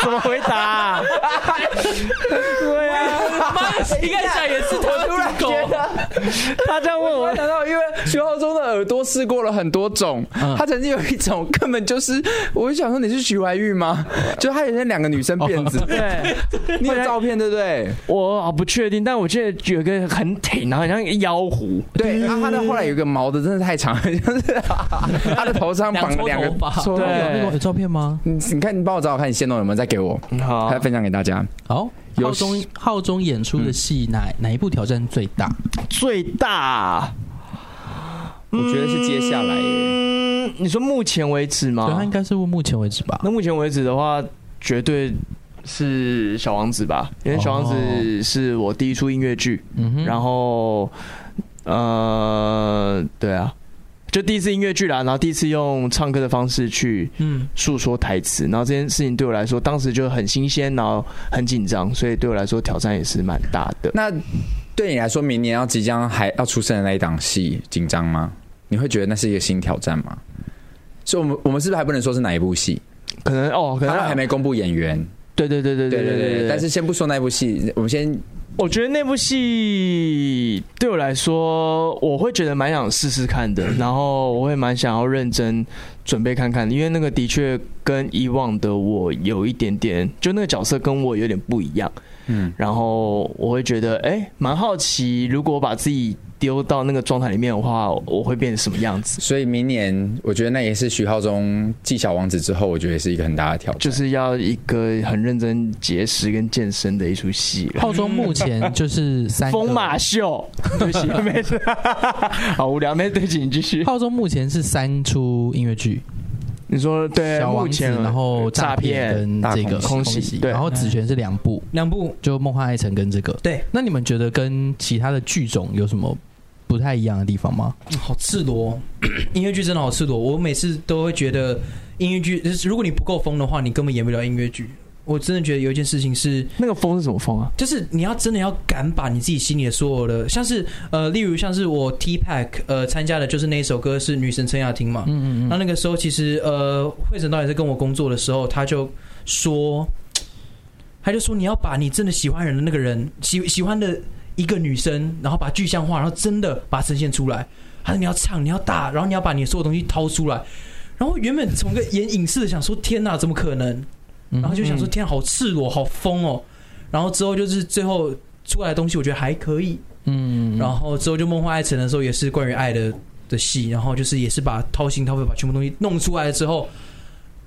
D: 怎么回答啊？对啊，
C: 妈的，谁敢想也是他突然狗，
D: 他这样问
B: 我
D: 我
B: 还，想到，因为徐浩中的耳朵试过了很多种，他曾经有一种根本就是，我就想说你是徐怀钰吗？就他有些两个女生辫子，
D: 对
B: 你有照片对不对？
D: 我好不确定，但我记得有一个很挺，然后很像一个妖狐，
B: 对，啊，他的后来有一个毛的真的太长了，就是 他的头上绑了两个
C: 两撮头发
B: 撮
D: 对嗯
A: 有那种有照片吗？
B: 你你看，你帮我找找看，你线动有没有再给我，
D: 好
B: 再分享给大家。
A: 好，
B: 有
A: 浩中浩中演出
D: 嗯
A: 的戏哪哪一部挑战最大？
D: 最大，
B: 我觉得是接下来耶，
D: 嗯，你说目前为止吗
A: 对，？他应该是目前为止吧。
D: 那目前为止的话，绝对是小王子吧，因为小王子是我第一出音乐剧，
A: 嗯哼，
D: 然后呃，对啊，就第一次音乐剧啦，然后第一次用唱歌的方式去
C: 嗯，
D: 诉说台词，然后这件事情对我来说当时就很新鲜，然后很紧张，所以对我来说挑战也是蛮大的。
B: 那对你来说，明年要即将还要出生的那一档戏，紧张吗？你会觉得那是一个新挑战吗？所以，我们我们是不是还不能说是哪一部戏？
D: 可能哦，可
B: 他
D: 能
B: 们还没公布演员。
D: 对对对对对
B: 对
D: 对
B: 对
D: 对
B: 对，但是先不说那部戏，我们先
D: 我觉得那部戏对我来说，我会觉得蛮想试试看的，然后我会蛮想要认真准备看看的，因为那个的确跟以往的我有一点点，就那个角色跟我有点不一样，
B: 嗯
D: 然后我会觉得哎，蛮好奇，如果把自己丢到那个状态里面的话，我会变成什么样子？
B: 所以明年我觉得那也是徐浩中继小王子之后，我觉得也是一个很大的挑战。
D: 就是要一个很认真节食跟健身的一出戏了。
A: 浩中目前就是三个
D: 疯马秀，对不起，没事，好无聊，没事，对不起，你继续。
A: 浩中目前是三出音乐剧，
D: 你说对，
A: 小
D: 目
A: 王子，
D: 前呃
A: 然后
D: 诈
A: 骗跟
B: 大
A: 这
B: 空
A: 个
D: 袭空袭对
A: 然后子璇是两部，
C: 两部
A: 就梦幻爱城跟这个。
C: 对，
A: 那你们觉得跟其他的剧种有什么不太一样的地方吗？
C: 嗯好赤裸哦， 音乐剧真的好赤裸。哦我每次都会觉得音乐剧，就是如果你不够疯的话，你根本演不了音乐剧。我真的觉得有一件事情是，
D: 那个风是什么风啊？
C: 就是你要真的要敢把你自己心里的所有的，像是呃，例如像是我 T Pack 呃参加的就是那一首歌是女神陈雅婷嘛，
A: 嗯
C: 那那个时候其实呃，惠成导演在跟我工作的时候，他就说，他就说你要把你真的喜欢人的那个人喜喜欢的一个女生，然后把它具象化，然后真的把它呈现出来。他说你要唱，你要打，然后你要把你所有东西掏出来。然后原本从一个演影视的想说天哪，怎么可能？
A: 嗯
C: 然后就想说
D: 嗯
C: 天啊，好赤裸，好疯哦。然后之后就是最后出来的东西，我觉得还可以。
A: 嗯
C: 然后之后就《梦幻爱城》的时候，也是关于爱的的戏，然后就是也是把掏心掏肺把全部东西弄出来之后，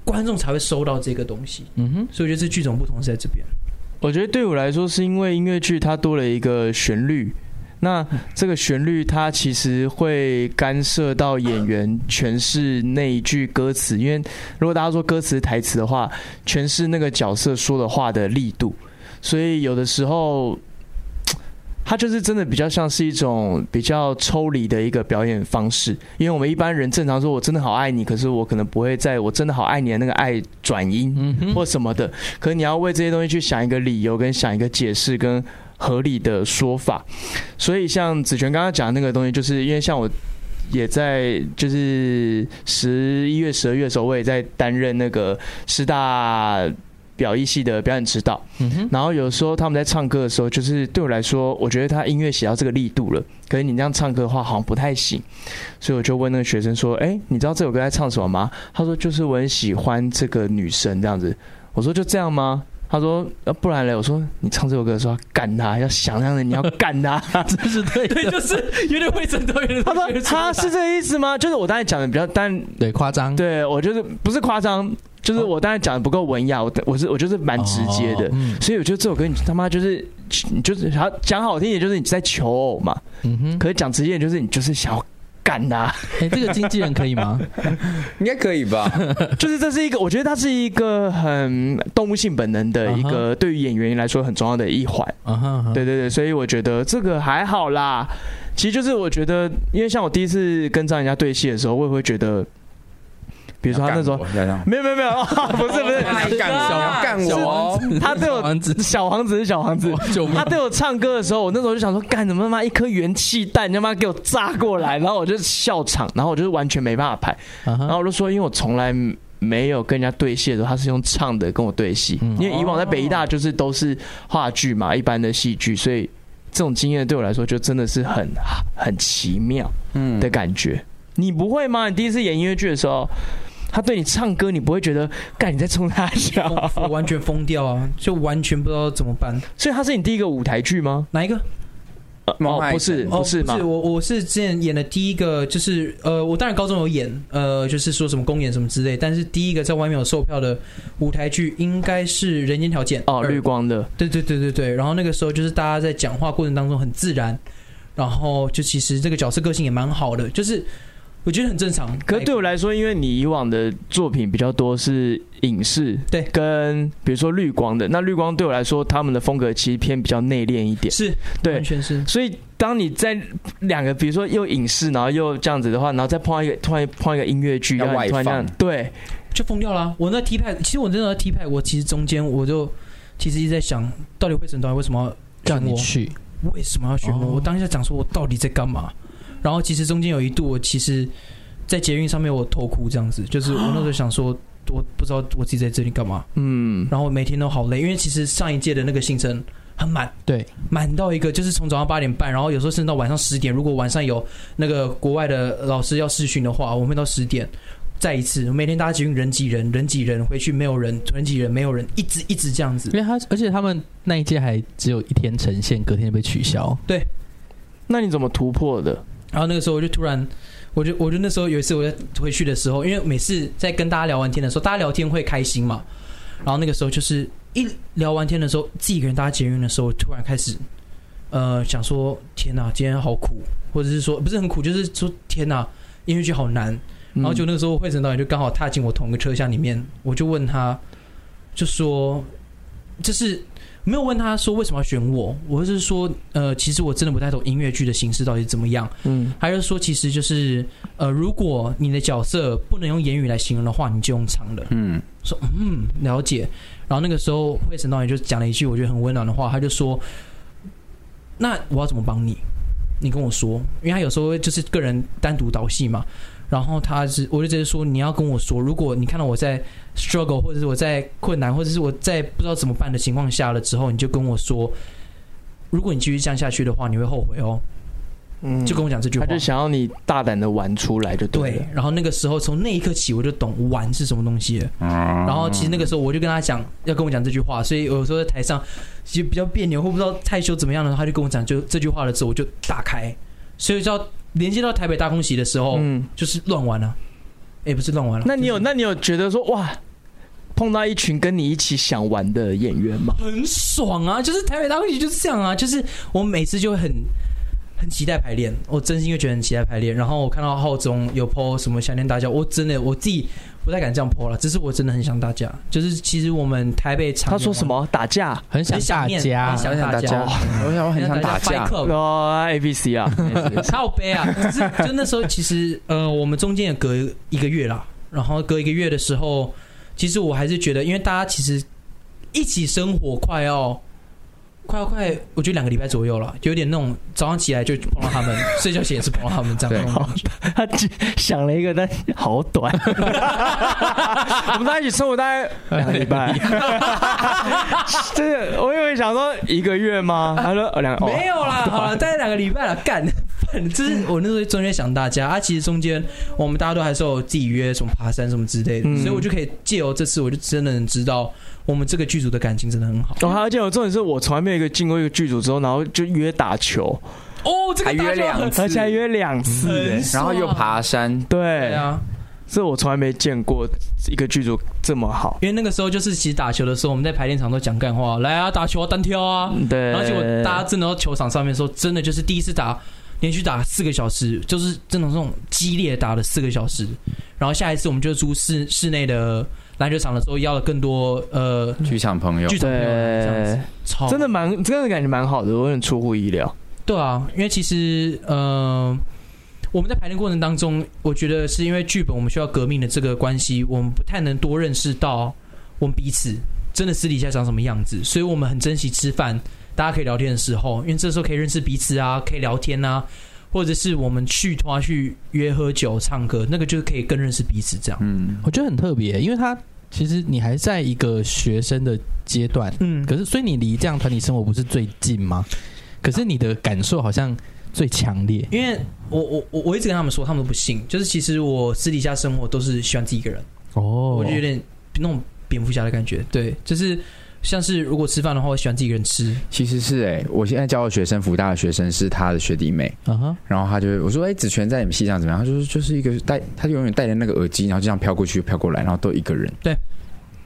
C: 观众才会收到这个东西。
A: 嗯哼，
C: 所以我觉得这剧种不同是在这边。
D: 我觉得对我来说，是因为音乐剧它多了一个旋律。那这个旋律，它其实会干涉到演员诠释那一句歌词，因为如果大家说歌词台词的话，诠释那个角色说的话的力度，所以有的时候，它就是真的比较像是一种比较抽离的一个表演方式。因为我们一般人正常说我真的好爱你，可是我可能不会在我真的好爱你的那个爱转音，
A: 嗯哼，
D: 或什么的。可是你要为这些东西去想一个理由，跟想一个解释，跟合理的说法。所以像子璇刚刚讲的那个东西，就是因为像我。也在就是十一月、十二月的时候，我也在担任那个师大表艺系的表演指导。
A: 嗯哼，
D: 然后有时候他们在唱歌的时候，就是对我来说，我觉得他音乐写到这个力度了，可是你这样唱歌的话好像不太行，所以我就问那个学生说：“哎，你知道这首歌在唱什么吗？”他说：“就是我很喜欢这个女生这样子。”我说：“就这样吗？”他说：“呃，不然嘞。”我说：“你唱这首歌的时候要干他，要想让人你要干 他。”
A: 这是对
C: 对，
A: 的，
C: 就是有点会整导演的
D: 他
C: 东西
D: 说
C: 会：“出来。
D: 他啊是这个意思吗？”就是我刚才讲的比较，但
A: 对夸张，
D: 对我就是不是夸张，就是我当然讲的不够文雅，我我是我就是蛮直接的
A: 哦。嗯
D: 所以我觉得这首歌你他妈就是你就是好讲好听一点就是你在求偶嘛，
A: 嗯哼，
D: 可是讲直接一点就是你就是想要干呐、
A: 哎，这个经纪人可以吗？
B: 应该可以吧？
D: 就是这是一个我觉得它是一个很动物性本能的一个对于演员来说很重要的一环。
A: 啊哈，啊哈
D: 对对对，所以我觉得这个还好啦。其实就是我觉得，因为像我第一次跟张人家对戏的时候，我也会觉得，比如说他那时候
B: 要干我要让
D: 没有没有没有， 啊不是不
B: 你 要
D: 是，
B: 干我，你要干
A: 小
B: 我
A: 王
B: 哦！
A: 子，
D: 他对我
A: 小王子，
D: 小王子是小王子，
A: 救命
D: 他！对我唱歌的时候，我那时候就想说，干怎么他妈一颗元气弹，你他妈给我炸过来，然后我就笑场，然后我就是完全没办法拍，
A: 啊
D: 然后
A: 哈，
D: 我就说，因为我从来没有跟人家对戏的时候，他是用唱的跟我对戏，
A: 嗯
D: 因为以往在北医大就是都是话剧嘛，一般的戏剧，所以这种经验对我来说就真的是很很奇妙
B: 嗯
D: 的，感觉。你不会吗？你第一次演音乐剧的时候，他对你唱歌，你不会觉得干你在冲他笑？
C: 我呃我完全疯掉啊！就完全不知道怎么办。
D: 所以他是你第一个舞台剧吗？
C: 哪一个？
D: 呃
B: 猫
D: 哦，
B: 爱
D: 不是，
B: 神
C: 哦，
D: 不是吗？
C: 我我是之前演的第一个，就是呃，我当然高中有演，呃，就是说什么公演什么之类，但是第一个在外面有售票的舞台剧应该是《人间条件》
D: 哦，
C: 二
D: 绿光的。
C: 对对对对对，然后那个时候就是大家在讲话过程当中很自然，然后就其实这个角色个性也蛮好的，就是我觉得很正常。
D: 可是对我
C: 来，
D: 来说，因为你以往的作品比较多是影视，
C: 对
D: 跟比如说绿光的，那绿光对我来说，他们的风格其实偏比较内敛一点，
C: 哎是
D: 对
C: 完。全是
D: 所以当你在两个，比如说又影视，然后又这样子的话，然后再碰到一个突然碰到一个音乐剧，
B: 要
D: 然后
B: 外
D: 你突然这样
B: 放，
D: 对，
C: 就疯掉了啊、我那 T 派，其实我真的在 T 派，我其实中间我就其实一直在想，到底会审团为什么要
A: 叫
C: 选
A: 你
C: 我？
A: 去，
C: 为什么要选我？
A: 哦
C: 我当下讲说我到底在干嘛？然后其实中间有一度，我其实，在捷运上面我偷哭这样子，就是我那时候想说，我不知道我自己在这里干嘛。
D: 嗯，
C: 然后每天都好累，因为其实上一届的那个行程很满，
A: 对，
C: 满到一个就是从早上八点半，然后有时候甚至到晚上十点。如果晚上有那个国外的老师要试训的话，我们会到十点再一次。每天大家集运人挤人，人挤人，回去没有人，人挤人没有人，一直一直这样子
A: 因。为他而且他们那一届还只有一天呈现，隔天就被取消，
D: 那你怎么突破的？
C: 然后那个时候我就突然，我就我就那时候有一次我在回去的时候，因为每次在跟大家聊完天的时候，大家聊天会开心嘛。然后那个时候就是一聊完天的时候，自己一个人搭捷运的时候，突然开始呃想说：天哪，今天好苦，或者是说不是很苦，就是说天哪，音乐剧好难。
D: 嗯
C: 然后就那个时候，惠成导演就刚好踏进我同一个车厢里面，我就问他，就说，就是没有问他说为什么要选我，我是说，呃，其实我真的不太懂音乐剧的形式到底是怎么样。
D: 嗯
C: 他就说，其实就是，呃，如果你的角色不能用言语来形容的话，你就用唱的。
B: 嗯，
C: 说嗯，了解。然后那个时候，惠成导演就讲了一句我觉得很温暖的话，他就说：“那我要怎么帮你？你跟我说，因为他有时候就是个人单独导戏嘛。然后他是，我就直接说你要跟我说，如果你看到我在 struggle，或者是我在困难，或者是我在不知道怎么办的情况下了之后，你就跟我说。如果你继续这样下去的话，你会后悔哦。
D: 嗯
C: 就跟我讲这句话。
D: 他就想要你大胆的玩出来就对了
C: 对，，然后那个时候从那一刻起，我就懂玩是什么东西了。
B: 然
C: 然后其实那个时候我就跟他讲要跟我讲这句话，所以有时候在台上其实比较别扭或不知道害羞怎么样的时候，他就跟我讲就这句话的时候，我就打开，所以叫连接到台北大空袭的时候，
D: 嗯，
C: 就是乱玩啊，也不是乱玩了、啊
D: 那你有那你有觉得说哇，碰到一群跟你一起想玩的演员吗？
C: 很爽啊，就是台北大空袭就是这样啊，就是我每次就会很。很期待排练，我真心就觉得很期待排练。然后我看到浩中有 PO 什么想念大家，我真的我自己不太敢这样 PO 了，只是我真的很想大家。就是其实我们台北场
D: 他说
C: 有
D: 什么打架？
A: 很想
C: 很想
A: 大
C: 念
A: 家
C: 很，想
B: 想
C: 打
B: 打
C: 架
B: 架，我想我很想打
C: Fight
B: 架，
C: Club
D: 哦，A B C 啊，
C: 超悲啊！可是就那时候，其实呃，我们中间也隔一个月啦，然后隔一个月的时候，其实我还是觉得，因为大家其实一起生活快要。快要快，我觉得两个礼拜左右了，有点那种早上起来就碰到他们，睡觉前也是碰到他们这样
B: 对
C: 那种感觉。
D: 他只想了一个，但好 短。我们大家一起生活大概两个礼 拜，真的，我以为想说一个月吗？他说哦两个，哦
C: 没有啦，好了，大概两个礼拜了，干。就是我那时候中间想大家啊，其实中间我们大家都还是有自己约什么爬山什么之类的，
D: 嗯
C: 所以我就可以借由这次，我就真的能知道我们这个剧组的感情真的很好。
D: 哦，还有见我重点是我从来没有一个进过一个剧组之后，然后就约打球，
C: 哦，这
B: 还
C: 个大
B: 约
C: 家很
B: 两
D: 而
B: 次，
D: 且还约两次、
C: 很
D: 欸，
B: 然
C: 爽
B: 后又爬山，
D: 对
C: 对啊，
D: 这我从来没见过一个剧组这么好。
C: 因为那个时候就是其实打球的时候，我们在排练场都讲干话，来啊，打球啊，单挑啊。
B: 嗯
D: 对，
C: 然后结果大家真的到球场上面的时候，真的就是第一次打，连续打四个小时，就是真的这种激烈打了四个小时。然后下一次我们就租室室内的篮球场的时候，要了更多呃
B: 剧场朋友
C: 剧场朋友来这
D: 对
C: 样子，，超
D: 真的蛮真的感觉蛮好的，我有点出乎意料。
C: 对啊，因为其实呃，我们在排练过程当中，我觉得是因为剧本我们需要革命的这个关系，我们不太能多认识到我们彼此真的私底下长什么样子，所以我们很珍惜吃饭，大家可以聊天的时候，因为这时候可以认识彼此啊，可以聊天啊。或者是我们去他去约喝酒、唱歌，那个就是可以更认识彼此这样。
B: 嗯，
A: 我觉得很特别，因为他其实你还在一个学生的阶段，
C: 嗯，
A: 可是所以你离这样团体生活不是最近吗？可是你的感受好像最强烈，
C: 因为我我我我一直跟他们说，他们都不信，就是其实我私底下生活都是喜欢自己一个人。
A: 哦，
C: 我就有点那种蝙蝠侠的感觉。对，就是像是如果吃饭的话，我喜欢自己一个人吃。
B: 其实是哎、我现在教的学生，福大的学生是他的学弟妹，
A: 啊哈，
B: 然后他就我说哎、子权在你们系上怎么样？他就是就是一个戴，他永远戴着那个耳机，然后就这样飘过去飘过来，然后都一个人。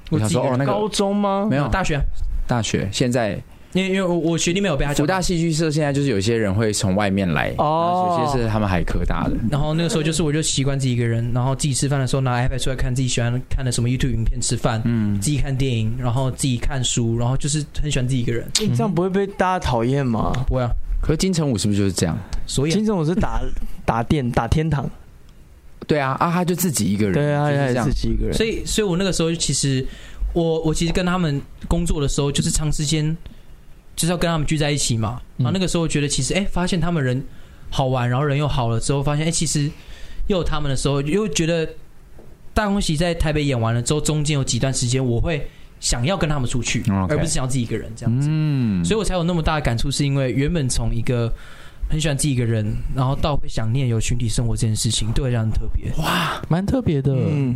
B: 我想
C: 自己
B: 说
C: 一个
B: 哦，
C: 人
B: 那
D: 高
B: 个
D: 中吗？
B: 没有
C: 大学啊，
B: 大学现在
C: 因为因为我我学弟没有被他
B: 福
C: 教
B: 大戏剧社现在就是有些人会从外面来，
D: 哦
B: 然后有些是他们海科大的，
C: 然后那个时候就是我就习惯自己一个人，然后自己吃饭的时候拿 iPad 出来看自己喜欢看的什么 YouTube 影片吃饭，
B: 嗯，
C: 自己看电影，然后自己看书，然后就是很喜欢自己一个人。
D: 你哎这样不会被大家讨厌吗？
C: 不会啊，
B: 可是金城武是不是就是这样？
C: 所以啊
D: 金城武是打 打电打天堂，
B: 对啊，啊，他就自己一个人，
D: 对啊，
B: 就
D: 他
B: 是
D: 也
B: 这样
D: 自。己一个人，
C: 所以所以我那个时候其实我我其实跟他们工作的时候，就是长时间就是要跟他们聚在一起嘛。
A: 嗯
C: 然后那个时候觉得其实哎、发现他们人好玩，然后人又好了之后，发现哎、其实又有他们的时候，又觉得大空袭在台北演完了之后，中间有几段时间我会想要跟他们出去，
B: 嗯，OK
C: 而不是想要自己一个人这样。
B: 嗯，
C: 所以
B: 以
C: 我才有那么大的感触，是因为原本从一个很喜欢自己一个人，然后到会想念有群体生活这件事情，对我来讲很特别。
A: 蛮特别的。
D: 嗯，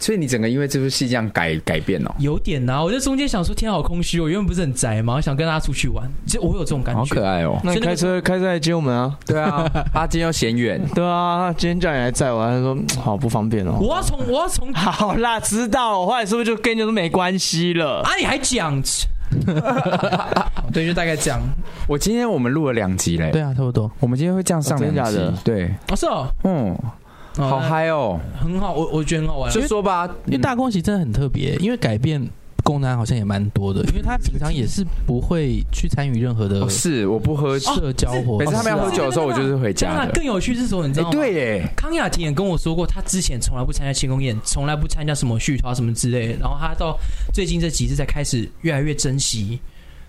B: 所以你整个因为这部戏这样改改变哦，
C: 有点呐、我在中间想说，天啊好空虚哦，我原本不是很宅嘛，我想跟大家出去玩，其实我有这种感
B: 好
C: 觉
B: 可。爱 哦。
D: 那你
C: 所以那
D: 开
C: 个时
D: 车开车来接我们啊？
B: 对啊， 他今天又嫌远，
D: 对啊，今天叫你来载我，他说嗯好不方便哦。
C: 我要从我要从啊，
D: 好啦，知道了，我后来是不是就跟你说没关系了？
C: 啊你还讲？ 对，就大概这样。
B: 我今天我们录了两集嘞，
A: 对啊，差不多。
B: 我们今天会这样上
D: 哦真的
B: 两
D: 假
B: 集
D: 的，
B: 对，
C: 哦，是哦，
B: 嗯，
C: 哦
B: 好，嗨哦，
C: 那很好，我我觉得很好玩。啊
B: 就说吧，
A: 因为
B: 嗯
A: 大宫崎真的很特别，因为改变宫南好像也蛮多的，因为他平常也是不会去参与任何的
B: 哦是我不喝，
A: 社交活动。
B: 每次他们要喝酒的时候，我哦就是回
C: 当
B: 家
C: 然
B: 的。
C: 更有趣是什么？你知
B: 哎
C: 道，吗？
B: 对耶，
C: 康雅婷也跟我说过，她之前从来不参加庆功宴，从来不参加什么续团什么之类的。然后她到最近这几次才开始越来越珍惜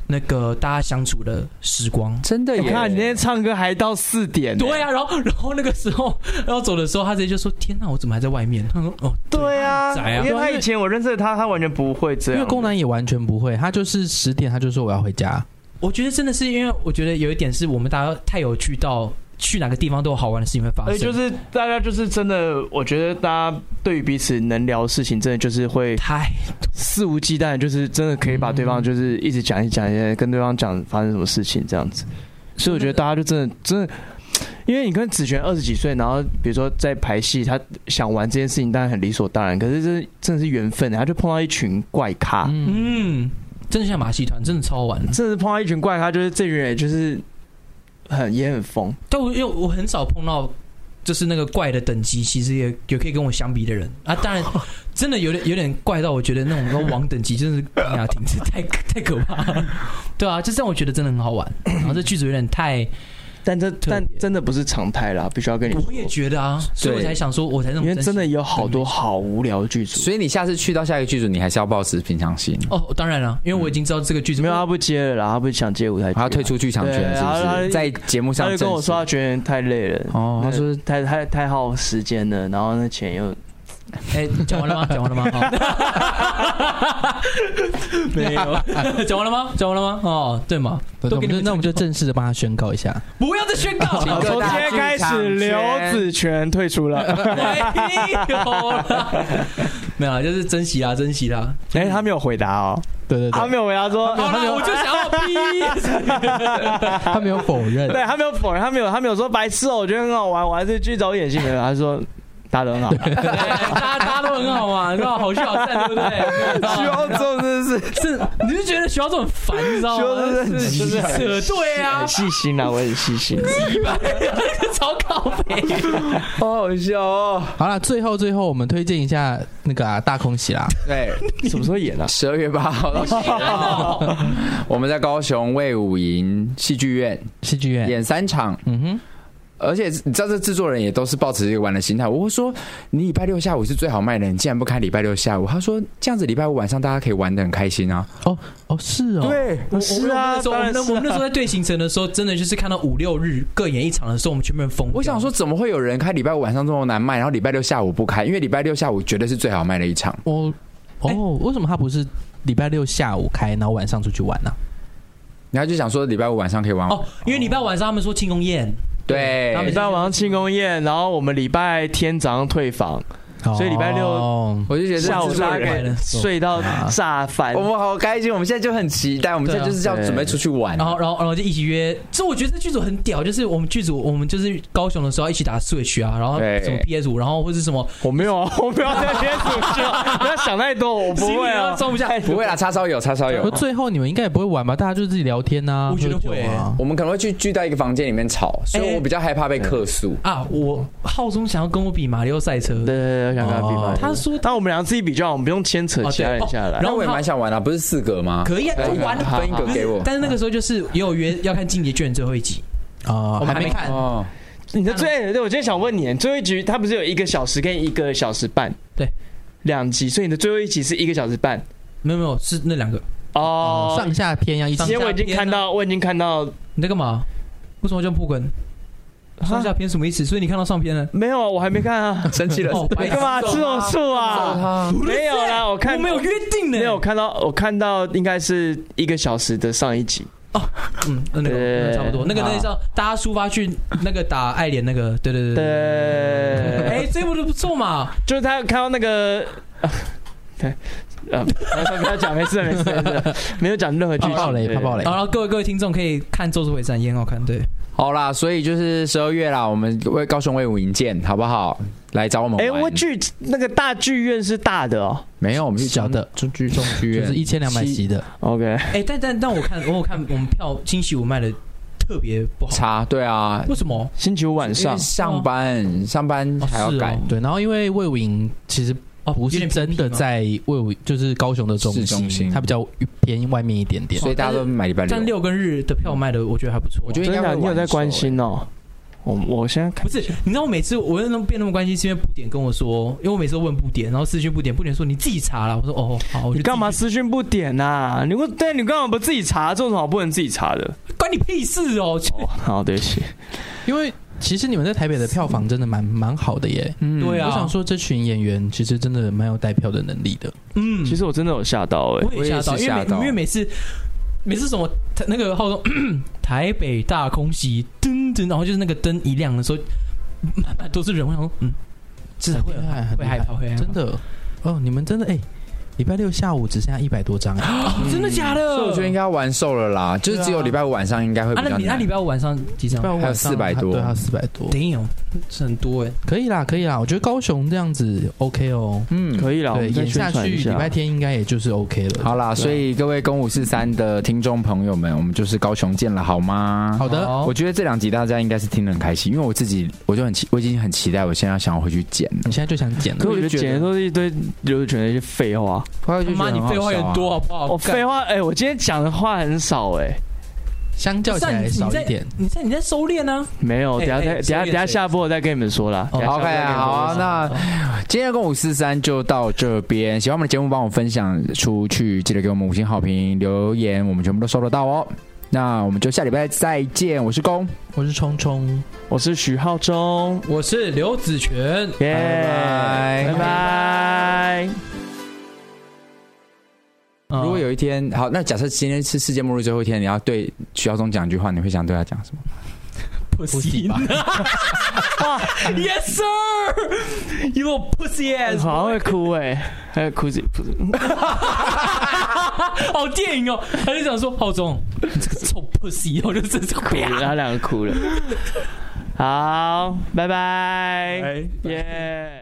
C: 那个大家相处的时光。
B: 真的
D: 我
B: 耶，
D: 看你那天唱歌还到四点呢、
C: 对啊，然后然后那个时候，然后走的时候，她直接就说：“天哪，我怎么还在外面？”她说：“哦，
D: 对啊，
C: 宅啊
D: 因为他以前我认识的他，他完全不会这
A: 因
D: 样。
A: 为宫南也完全不会，他就是十点他就说我要回家，
C: 我觉得真的是因为我觉得有一点是我们大家太有趣到去哪个地方都有好玩的事情会发
D: 而
C: 生，
D: 且哎就是大家就是真的，我觉得大家对于彼此能聊的事情，真的就是会
C: 太
D: 肆无忌惮，就是真的可以把对方就是一直讲一讲，一直跟对方讲发生什么事情这样子。所以我觉得大家就真的真的，因为你跟子璇二十几岁，然后比如说在排戏，他想玩这件事情当然很理所当然，可是这真的是缘分，他就碰到一群怪咖，
A: 嗯，
C: 嗯，真的像马戏团，真的超好玩。
D: 真的是碰到一群怪咖，就是这群人也就是很也很疯。
C: 但我因为我很少碰到，就是那个怪的等级，其实也有可以跟我相比的人啊。当 然，真的有点有点怪到我觉得那种王等级 真的是哎呀，挺太太可怕了。对啊，就这样我觉得真的很好玩。然后这剧组有点太，
D: 但这
C: 特别
D: 但真的不是常态啦，必须要跟你说
C: 我，也觉得啊，所以我才想说，我才那么
D: 因为
C: 珍惜
D: 真的有好多好无聊的剧组，
B: 所以你下次去到下一个剧组，你还是要保持平常心，
C: 哦，当然了，因为我已经知道这个剧组
D: 没有啊他不接了啦，他不是想接舞台剧啦，
B: 还要退出剧场圈，
D: 对
B: 是
D: 然后
B: 不
D: 他
B: 是？在节目上
D: 他就跟
B: 证
D: 我
B: 实
D: 说，他觉得太累了，
B: 哦，他说
D: 太太太耗时间了，然后那钱又
C: 哎，讲完了 吗？讲完了吗？哦没有， 讲完了吗？讲完了吗？哦，对嘛，
A: 那
C: 都
A: 我
C: 给
A: 们
C: 你
A: 就
C: 们
A: 那我们就正式的帮他宣告一下，
C: 不要再宣告
B: 请各大剧场圈
D: 泉退出 了，
C: 没有哎 啦，没有啦，就是珍惜啦，珍惜啦。
D: 哎，他没有回答哦，
A: 对对
D: 他
A: 对，
D: 没有回答说，
C: 好啦，我就想要逼。
A: 他没有否认，
D: 对他没有否认，他没有他没有说白痴哦，我觉得很好玩，我还是去找演戏没有，他说打得很好，
C: 大家大家都很好嘛，是吧？好聚好散，对不
B: 徐
C: 对？
B: 浩洲真 的是
C: 是，你是觉得徐浩总很烦，你知道吗？
B: 徐浩
C: 是
B: 真的很
C: 是对啊
D: 很，细心啊，我很细心，
C: 超靠北。
B: 好好笑哦。
A: 好啦，最后最后我们推荐一下那个、啊、大空袭啦，
B: 对，
D: 什么时候演啊？
B: 十二月八 号到10月号，我们在高雄魏武营戏剧院
A: 戏剧院，
B: 演三场，
A: 嗯哼，
B: 而且你知道这制作人也都是抱持一个玩的心态。我会说，你礼拜六下午是最好卖的，你竟然不开礼拜六下午？他说这样子礼拜五晚上大家可以玩的很开心啊。
A: 哦是哦，
B: 对，
C: 我
D: 是啊
C: 我
D: 当
C: 们
D: 然
C: 那时
D: 是啊
C: 候我们那我们那时候在对行程的时候，真的就是看到五六日各演一场的时候，我们全部人疯掉。
B: 我想说，怎么会有人开礼拜五晚上这么难卖，然后礼拜六下午不开？因为礼拜六下午绝对是最好卖的一场。
A: 我
C: 哎
A: 哦为什么他不是礼拜六下午开，然后晚上出去玩啊呢、
B: 然后就想说礼拜五晚上可以玩。
C: 哦，因为礼拜晚上他们说庆功宴，
B: 对
C: 他，
D: 礼
C: 们
D: 拜晚上庆功宴，然后我们礼拜天早上退房，所以礼拜六
A: 哦
B: 我就觉得
D: 下午
B: 制作
D: 大
B: 人
D: 概睡到炸翻
B: 我。们好开心，我们现在就很期待，我们现在就是要准备出去玩。
C: 然后，然后，然后就一起约。这我觉得这剧组很屌，就是我们剧组，我们就是高雄的时候一起打 Switch 啊，然后
B: 对
C: 什么 PS 五，然后或是什么，
D: 我没有啊， 我不要在天主 教，不要想太多，我不会啊，
C: 装不下。
B: 不会啦，叉烧有，叉烧有
A: 可。最后你们应该也不会玩吧？大家就自己聊天呐、啊，
C: 我觉得
A: 喝酒啊。
B: 我们可能会去聚到一个房间里面吵，所以我比较害怕被客诉。
C: 啊！我浩中想要跟我比马里奥赛车
D: 对，对对，我想跟他比嘛
A: 哦。
C: 他说
D: 但我们俩自己比较好，我们不用牵扯其他人下来
C: 哦。
B: 然后我也蛮想玩啊，不是四格吗？
C: 可以啊，就玩
B: 分一个给我。
C: 但是那个时候就是也有约要看《进击巨人》最后一集，
A: 啊、
C: 我们
A: 还
C: 还没
A: 没
C: 看。
B: 哦，
D: 你的最，对我今天想问你，最后一局它不是有一个小时跟一个小时半？
C: 对，
D: 两集，所以你的最后一集是一个小时半
C: 没有没有，是那两个。
D: 哦。
A: 上下篇啊要一起
D: 今天我已经看到，我已经看到，
C: 你在干嘛？为什么叫不滚？上下篇什么意思？所以你看到上篇了？
D: 没有啊，我还没看啊。
B: 生气了。
C: 哦，
D: 你干嘛吃种醋啊？
B: 啊
D: 没有啦，我看
C: 我没有约定 呢。
D: 没有看到，我看到应该是一个小时的上一集。
C: 嗯，那个
D: 对
C: 那个差不多，那个那叫大家抒发去那个打爱莲那个，对对对对。
D: 对，
A: 哎
C: 哎，这部就不错嘛，
D: 就是他看到那个 啊，不要讲，没事没事没事，没有讲任何
A: 怕
D: 剧情。
A: 爆雷
D: 对
A: 怕爆雷
C: 然后各位各位听众可以看《咒术回战》，也很好看。对，
B: 好啦，所以就是十二月啦，我们为高雄威武营建，好不好？来找我们玩。
D: 哎，我剧那个大剧院是大的哦。
B: 没有，我们去
A: 小的
B: 中剧中剧
A: 就是
B: 院，
A: 一千两百席的，
D: OK，
C: 哎，但但但我看我有看我们票惊喜五卖的特别不好，
B: 差对啊，
C: 为什么？
D: 星期五晚
B: 因为
D: 上
B: 上班上班还要改
C: 哦，
A: 对。然后因为魏武营其实
C: 哦，
A: 不
C: 有
A: 是
C: 点
A: 真的
C: 偏僻吗。
A: 在魏武，就是高雄的中
B: 市中心
A: 心，它比较偏外面一点点。
B: 所以大家都买礼拜
C: 但
B: 六。
C: 六跟日的票卖的，我觉得还不错。
B: 我觉得
D: 真
B: 应该
D: 的，啊
B: 会
D: 你有在
B: 晚熟
D: 关心
A: 哎
D: 哦？我我现在看
C: 不是，你知道我每次我为什么变那么关心，是因为布点跟我说，因为我每次都问布点，然后私讯布点，布点说你自己查了。我说哦好，我就
D: 你干嘛
C: 自
D: 私讯不点呐、你问，对你干嘛不自己查？这种好不能自己查的。
C: 己关你屁事哦？
D: 哦，好，对不起。
A: 因为其实你们在台北的票房真的蛮蛮好的耶。
B: 嗯
C: 对啊
A: 我想说，这群演员其实真的蛮有带票的能力的。
C: 嗯，
D: 其实我真的有吓到哎、
C: 我也吓到，
B: 我也是
C: 因为
B: 吓到
C: 每因为每次每次什么那个号 称台北大空袭，噔噔，然后就是那个灯一亮的时候，满满都是人，我想说，嗯，
A: 这
C: 会很
A: 啊害，很
C: 会害怕，会害怕，
A: 真的哦！你们真的哎，礼拜六下午只剩下一百多张哎，
C: 哦，真的假的？
B: 嗯欸所以我觉得应该要玩瘦了啦，就是只有礼拜五晚上应该会比
C: 啊，那
B: 较
C: 你那
B: 难
C: 礼。拜五晚上几张
A: 礼？拜五晚上
B: 还有400多
A: 对，还有四百多，
C: 等一哦，是很多哎，
A: 可以啦，可以啦。我觉得高雄这样子 OK 哦，
B: 嗯，
D: 可啊以了，我
A: 对，
D: 们再
A: 演
D: 宣
A: 下
D: 传
A: 去
D: 一
A: 礼拜天应该也就是 OK 了。
B: 好啦，
A: 对啊
B: 所以各位公五四三的听众朋友们，我们就是高雄见了，好吗？
A: 好的，
C: 好
B: 我觉得这两集大家应该是听得很开心，因为我自己我就很期，我已经很期待，我现在想要回去剪了
A: 你。现在就想剪
D: 可
A: 了
D: 是我觉得
B: 我就觉得
D: 剪的都是一堆刘子权的一些废话。
B: 他
C: 他妈你废话有点多，好啊不好？
D: 我、
C: 哦干
D: 废话，哎、我今天讲的话很少哎、
A: 相较起来少一点。
C: 你在你在收敛呢、
D: 没有，
C: 哎
D: 等下再、
C: 哎
D: 等下
C: 随
D: 等
C: 便
D: 下
C: 随便
D: 下播我再跟你们说啦。
A: 哦
D: 等下下播
B: OK
D: 再跟你
B: 啊，
D: 们说
B: 好啊，那今天的公五四三就到这边。喜欢我们的节目，帮我分享出去，记得给我们五星好评留言，我们全部都收得到哦。那我们就下礼拜再见，我是公，
A: 我是冲冲，
D: 我是徐浩中，
C: 我是刘子权。
D: 耶、
B: 拜拜
D: 拜拜。
C: 嗯
B: 如果有一天，好，那假设今天是世界末日最后一天，你要对徐耀宗讲一句话，你会想对他讲什么？
C: pussy 吧 ，Yes sir，you little pussy
D: 哎
C: ass，
D: 好像会哭哎、还有哭自己哭自己
B: 哎
C: 好电影哦。他就想说，浩中，你这个臭 pussy，哦，就真是
D: 哭
C: 啪
D: 了，
B: 哎
D: 他两个哭了。好，拜拜，耶。